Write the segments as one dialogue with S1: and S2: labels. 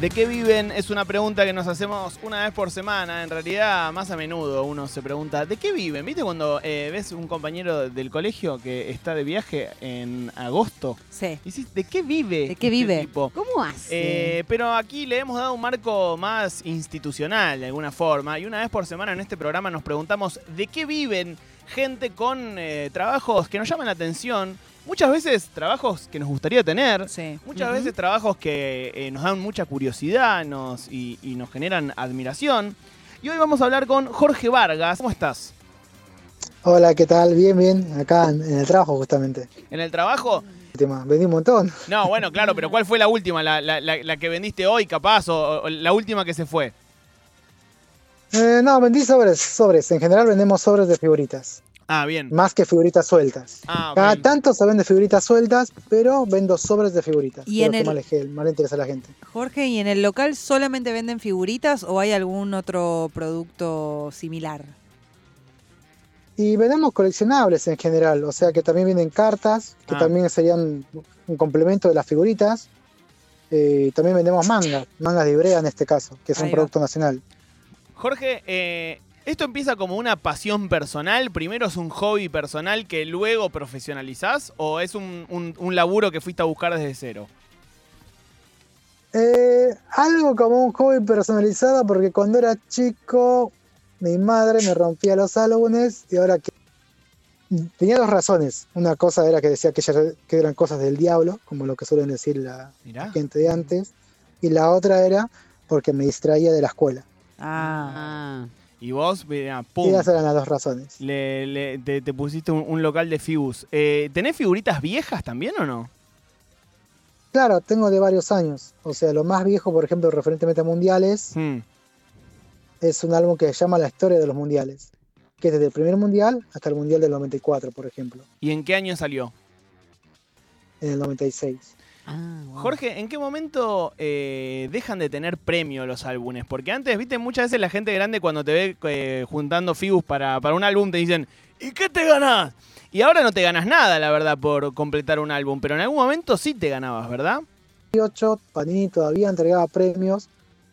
S1: ¿De qué viven? Es una pregunta que nos hacemos una vez por semana. En realidad, más a menudo uno se pregunta, ¿de qué viven? ¿Viste cuando eh, ves un compañero del colegio que está de viaje en agosto?
S2: Sí.
S1: Y decís, ¿de qué vive?
S2: ¿De qué
S1: este
S2: vive?
S1: tipo?
S2: ¿Cómo hace?
S1: Eh, pero aquí le hemos dado un marco más institucional de alguna forma y una vez por semana en este programa nos preguntamos de qué viven gente con eh, trabajos que nos llaman la atención, muchas veces trabajos que nos gustaría tener,
S2: sí.
S1: muchas
S2: Ujú.
S1: veces trabajos que eh, nos dan mucha curiosidad nos, y, y nos generan admiración. Y hoy vamos a hablar con Jorge Vargas. ¿Cómo estás?
S3: Hola, ¿qué tal? Bien, bien. Acá en, en el trabajo justamente.
S1: ¿En el trabajo?
S3: El tema, vendí un montón.
S1: No, bueno, claro, pero ¿cuál fue la última? ¿La, la- la- la que vendiste hoy, capaz? O, o la última que se fue?
S3: Eh, no, vendí sobres, sobres. En general vendemos sobres de figuritas,
S1: Ah, bien.
S3: más que figuritas sueltas.
S1: Ah, ok.
S3: Cada tanto se vende figuritas sueltas, pero vendo sobres de figuritas.
S2: Y
S3: que es
S2: en
S3: lo que
S2: el-
S3: más, le, más le interesa a la gente.
S2: Jorge, ¿y en el local solamente venden figuritas o hay algún otro producto similar?
S3: Y vendemos coleccionables en general, o sea que también vienen cartas, que
S1: Ah.
S3: también serían un complemento de las figuritas. Eh, y también vendemos mangas, mangas de Ibrea en este caso, que es
S2: Ahí
S3: un
S2: va.
S3: producto nacional.
S1: Jorge, eh, esto empieza como una pasión personal. Primero es un hobby personal que luego profesionalizás o es un, un- un laburo que fuiste a buscar desde cero.
S3: Eh, algo como un hobby personalizado, porque cuando era chico, mi madre me rompía los álbumes y ahora que. Tenía dos razones. Una cosa era que decía que, ella- que eran cosas del diablo, como lo que suelen decir la
S1: Mirá.
S3: gente de antes. Y la otra era porque me distraía de la escuela.
S2: Ah,
S1: Y vos, mirá,
S3: Y
S1: pum,
S3: esas eran las dos razones.
S1: le- le- te, te pusiste un, un local de Fibus. Eh, ¿Tenés figuritas viejas también o no?
S3: Claro, tengo de varios años. O sea, lo más viejo, por ejemplo, referentemente a mundiales,
S1: Hmm.
S3: es un álbum que se llama La historia de los mundiales. Que es desde el primer mundial hasta el mundial del 94, por ejemplo,
S1: ¿Y en qué año salió?
S3: en el 96.
S2: Ah,
S3: Ah,
S1: Jorge, ¿en qué momento eh, dejan de tener premio los álbumes? Porque antes, viste, muchas veces la gente grande cuando te ve eh, juntando fibus para, para un álbum te dicen, ¿y qué te ganás? Y ahora no te ganas nada, la verdad, por completar un álbum, pero en algún momento sí te ganabas, ¿verdad?
S3: 2018, Panini todavía entregaba premios,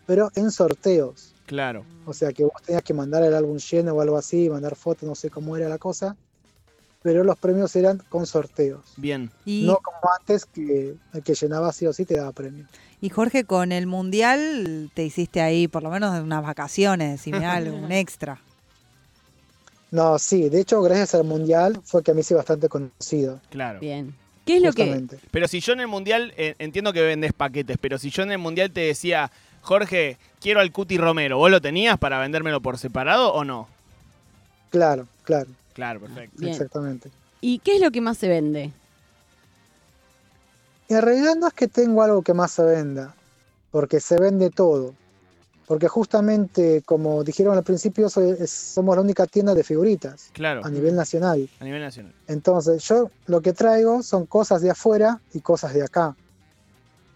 S3: pero en sorteos.
S1: Claro.
S3: O sea que vos tenías que mandar el álbum lleno o algo así, mandar fotos, no sé cómo era la cosa. Pero los premios eran con sorteos.
S1: Bien.
S2: y,
S3: No como antes, que el que llenaba sí o sí te daba premio.
S2: y Jorge, con el mundial te hiciste ahí por lo menos unas vacaciones, decime algo, un extra.
S3: No, sí, de hecho, gracias al Mundial fue que a mí sí bastante conocido.
S1: Claro.
S4: Bien. ¿Qué es lo que.?
S3: justamente.
S1: Pero si yo en el Mundial, eh, entiendo que vendes paquetes, pero si yo en el Mundial te decía, Jorge, quiero al Cuti Romero, ¿vos lo tenías para vendérmelo por separado o no?
S3: Claro, claro,
S1: Claro, perfecto.
S4: Bien.
S3: exactamente.
S4: ¿Y qué es lo que más se vende?
S3: En realidad no es que tengo algo que más se venda, porque se vende todo. Porque justamente, como dijeron al principio, soy- es- somos la única tienda de figuritas
S1: Claro,
S3: a nivel nacional.
S1: a nivel nacional.
S3: Entonces, yo lo que traigo son cosas de afuera y cosas de acá,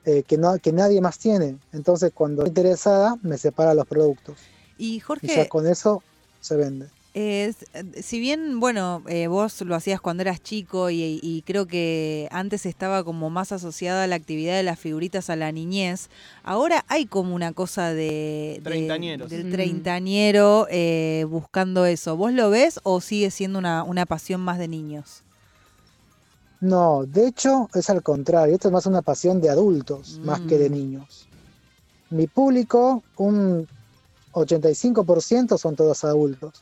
S3: eh, que, no, que nadie más tiene. Entonces, cuando estoy interesada, me separa los productos.
S2: Y
S3: Y
S2: Jorge,
S3: ya con eso se vende.
S2: Es, eh, si bien, bueno, eh, vos lo hacías cuando eras chico y, y creo que antes estaba como más asociada la actividad de las figuritas a la niñez, ahora hay como una cosa de... de-
S1: Treintañeros.
S2: Del
S4: Mm.
S2: treintañero eh, buscando eso. ¿Vos lo ves o sigue siendo una, una pasión más de niños?
S3: No, de hecho es al contrario, esto es más una pasión de adultos, más que de
S2: Mm.
S3: niños. Mi público, un 85% son todos adultos,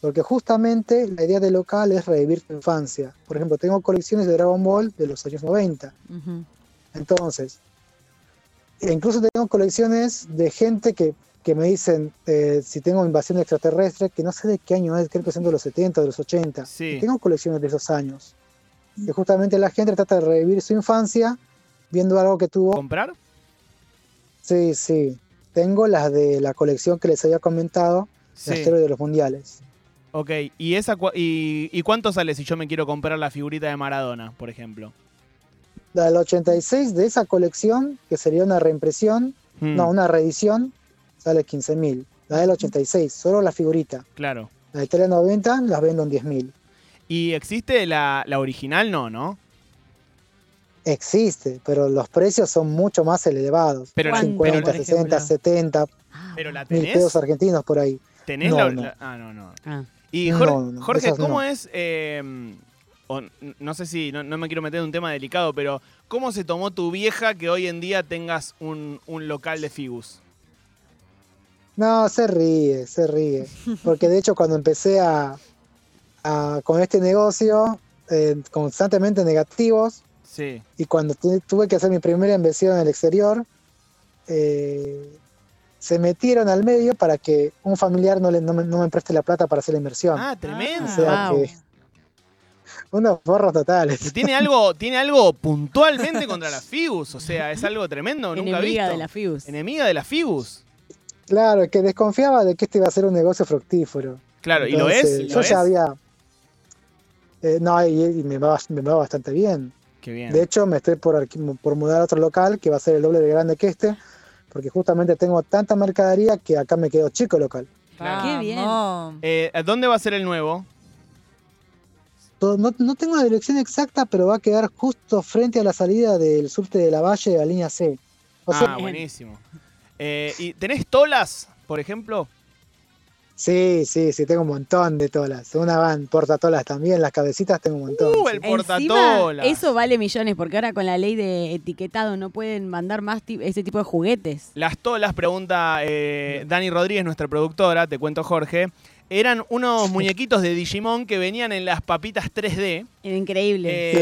S3: porque justamente la idea del local es revivir tu infancia. Por ejemplo, tengo colecciones de Dragon Ball de los años 90,
S2: Ujú.
S3: entonces, e incluso tengo colecciones de gente que, que me dicen eh, si tengo invasión extraterrestre, que no sé de qué año es, creo que son de los 70, de los 80.
S1: Sí.
S3: Y Tengo colecciones de esos años. Que justamente la gente trata de revivir su infancia viendo algo que tuvo.
S1: ¿Comprar?
S3: Sí, sí. Tengo las de la colección que les había comentado, la
S1: Sí.
S3: historia de los mundiales.
S1: Ok, ¿Y, esa cua- y, y cuánto sale si yo me quiero comprar la figurita de Maradona, por ejemplo?
S3: La del 86 de esa colección, que sería una reimpresión,
S1: Mm,
S3: no, una reedición, sale 15.000. La del 86, solo la figurita.
S1: Claro.
S3: La de Tele 90 las vendo en 10.000.
S1: ¿Y existe la, la original? No, ¿no?
S3: Existe, pero los precios son mucho más elevados.
S1: Pero, la-
S4: ¿Cuánto?
S1: pero,
S3: 50,
S1: la-
S2: por
S3: 60,
S2: ejemplo.
S3: 70,
S4: Ah,
S1: pero la
S3: mil pesos
S1: tenés.
S3: argentinos por ahí.
S1: ¿Tenés
S3: No,
S1: la,
S3: no.
S1: la- Ah, no, no.
S4: ah.
S1: Y
S3: No,
S1: Jorge,
S3: no,
S1: Jorge,
S3: esas no.
S1: ¿cómo es? eh, o n- no sé si, no, no me quiero meter en un tema delicado, pero ¿cómo se tomó tu vieja que hoy en día tengas un, un local de Figus?
S3: No, se ríe, se ríe. Porque de hecho cuando empecé a, a- con este negocio, eh, constantemente negativos,
S1: Sí.
S3: y cuando tu- tuve que hacer mi primera inversión en el exterior, eh, se metieron al medio para que un familiar no, le- no me, no me preste la plata para hacer la inversión.
S1: Ah, tremendo.
S3: o sea
S4: wow.
S3: que unos borros totales.
S1: Tiene algo, tiene algo puntualmente contra la Figus, o sea, es algo tremendo, nunca
S4: Enemiga
S1: visto.
S4: de la FIUS.
S1: Enemiga de la Figus.
S3: Claro, que desconfiaba de que este iba a ser un negocio fructífero.
S1: Claro, ¿y lo
S3: Entonces,
S1: es? ¿Y
S3: Yo
S1: lo
S3: ya
S1: es?
S3: había... eh, no, y, y me, va, me va bastante bien.
S1: Qué bien.
S4: Ah.
S3: De hecho, me estoy por, alqui- por mudar a otro local que va a ser el doble de grande que este, porque justamente tengo tanta mercadería que acá me quedo chico el local.
S1: Claro.
S4: Qué bien.
S2: Vamos.
S1: Eh, ¿Dónde va a ser el nuevo?
S3: To- No, no tengo la dirección exacta, pero va a quedar justo frente a la salida del subte de la Valle de la línea C. O sea,
S1: ah, buenísimo. Eh, ¿Y tenés tolas, por ejemplo?
S3: sí, sí, sí, tengo un montón de tolas. Una van, portatolas también, las cabecitas tengo un montón.
S1: Uh, el
S3: sí.
S4: Encima,
S1: portatolas.
S4: eso vale millones, porque ahora con la ley de etiquetado no pueden mandar más ti- ese tipo de juguetes.
S1: Las tolas, pregunta eh, Dani Rodríguez, nuestra productora, te cuento Jorge, eran unos muñequitos de Digimon que venían en las papitas 3D.
S4: Increíble.
S1: Eh,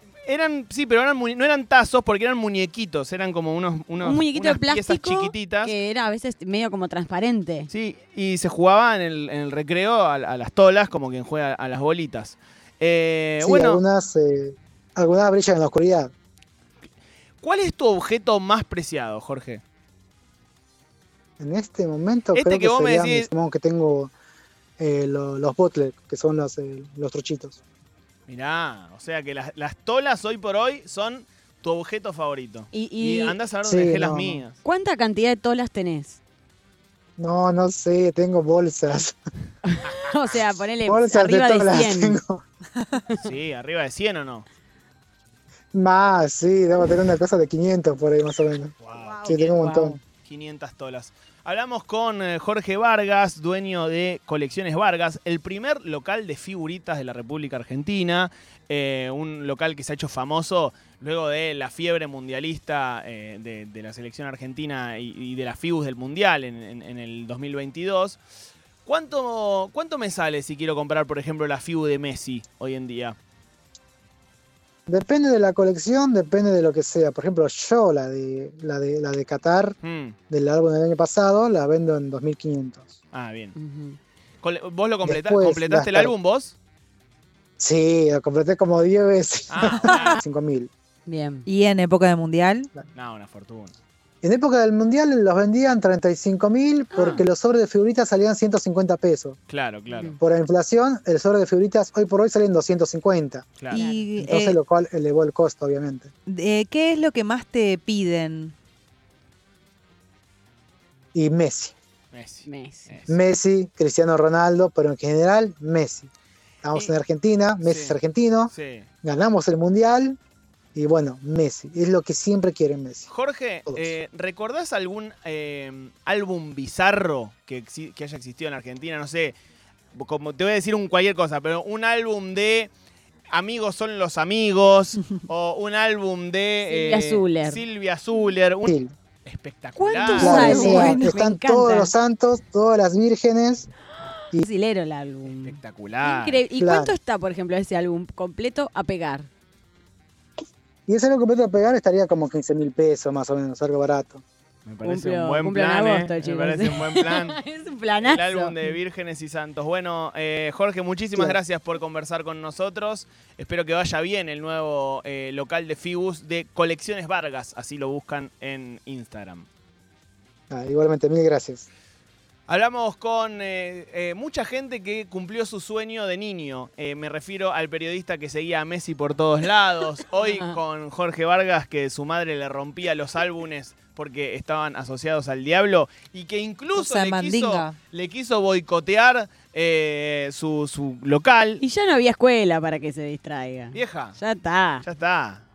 S3: Claro.
S1: Eran, sí, pero eran mu- no eran tazos porque eran muñequitos, eran como unos, unos
S4: Un muñequito de
S1: unas piezas
S4: plástico
S1: chiquititas.
S4: que era a veces medio como transparente.
S1: Sí, y se jugaba en el, en el recreo a, a las tolas, como quien juega a las bolitas. Eh,
S3: Sí,
S1: bueno,
S3: algunas, eh, algunas brillan en la oscuridad.
S1: ¿cuál es tu objeto más preciado, Jorge?
S3: En este momento
S1: Este
S3: creo
S1: que
S3: que,
S1: vos me
S3: sería mi
S1: decís-
S3: Pokémon que tengo eh, lo- los bootleg, que son los, eh, los truchitos.
S1: Mirá, o sea que las, las tolas hoy por hoy son tu objeto favorito.
S4: Y, y
S1: Y, andás a ver dónde
S3: Sí,
S1: dejé las
S3: no, no.
S1: mías.
S4: ¿cuánta cantidad de tolas tenés?
S3: No, no sé, tengo bolsas.
S4: o sea, ponele
S3: Bolsas
S4: arriba
S3: de
S4: de,
S3: todas las
S4: 100.
S3: tengo.
S1: Sí, arriba de 100 o no.
S3: Más, sí, debo tener una cosa de 500 por ahí más o menos.
S1: Wow,
S3: Sí, tengo un montón.
S1: 500 tolas. Hablamos con eh, Jorge Vargas, dueño de Colecciones Vargas, el primer local de figuritas de la República Argentina, eh, un local que se ha hecho famoso luego de la fiebre mundialista eh, de, de la selección argentina y, y de las FIBUS del Mundial en, en- en el 2022. ¿Cuánto, ¿Cuánto me sale si quiero comprar, por ejemplo, la FIBU de Messi hoy en día?
S3: Depende de la colección, depende de lo que sea. Por ejemplo, yo la de la de la de Qatar
S1: Hmm,
S3: del álbum del año pasado la vendo en 2500.
S1: Ah, bien.
S4: Ujú.
S1: Cole- ¿Vos lo completa-
S3: Después,
S1: completaste el
S3: gastar.
S1: álbum vos?
S3: Sí, la completé como 10 veces.
S1: Ah, bueno.
S3: 5000.
S4: Bien.
S2: Y en época de mundial.
S1: No, una fortuna.
S3: En época del mundial los vendían 35.000
S4: Ah.
S3: porque los sobres de figuritas salían 150 pesos.
S1: Claro, claro,
S4: Mm.
S3: Por la inflación, el sobre de figuritas hoy por hoy salen 250.
S1: claro.
S2: Y,
S3: Entonces
S2: eh,
S3: lo cual elevó el costo, obviamente.
S2: de- ¿Qué es lo que más te piden?
S3: Y Messi.
S1: Messi.
S4: Messi.
S1: Messi.
S3: Messi, Cristiano Ronaldo, pero en general Messi. Estamos
S4: Eh,
S1: Y-
S3: en Argentina, Messi
S1: sí.
S3: es argentino,
S1: Sí.
S3: ganamos el Mundial y bueno, Messi, es lo que siempre quiere Messi.
S1: Jorge,
S3: Todos.
S1: eh, ¿recordás algún eh, álbum bizarro que, exi- que haya existido en Argentina? No sé, como te voy a decir un cualquier cosa, pero un álbum de Amigos son los amigos, o un álbum de eh,
S4: Silvia Zuller.
S1: Silvia Zuller, un
S3: Sí,
S1: espectacular.
S4: ¿Cuántos
S3: claro,
S4: Ay,
S3: o sea,
S4: bueno, me
S3: están
S4: encanta.
S3: todos los santos, todas las vírgenes,
S4: Brasilero el álbum.
S1: Espectacular.
S4: Increíble. ¿Y
S3: Claro.
S4: cuánto está, por ejemplo, ese álbum completo a pegar?
S3: y ese lo que me a pegar estaría como 15 mil pesos más o menos, algo barato.
S1: Me parece
S4: Cumplió-
S1: un buen
S4: cumple en
S1: plan. eh.
S4: agosto,
S1: Me
S4: chicos.
S1: parece un buen plan.
S4: es un planazo.
S1: El álbum de Vírgenes y Santos. Bueno, eh, Jorge, muchísimas
S3: Claro.
S1: gracias por conversar con nosotros. Espero que vaya bien el nuevo eh, local de Fibus de Colecciones Vargas. Así lo buscan en Instagram.
S3: Ah, igualmente, mil gracias.
S1: Hablamos con eh, eh, mucha gente que cumplió su sueño de niño. Eh, me refiero al periodista que seguía a Messi por todos lados. Hoy con Jorge Vargas, que su madre le rompía los álbumes porque estaban asociados al diablo y que incluso
S2: O sea,
S1: le, quiso,
S2: mandinga.
S1: le quiso boicotear eh, su, su local.
S4: Y ya no había escuela para que se distraiga.
S1: Vieja,
S4: Ya está.
S1: ya está.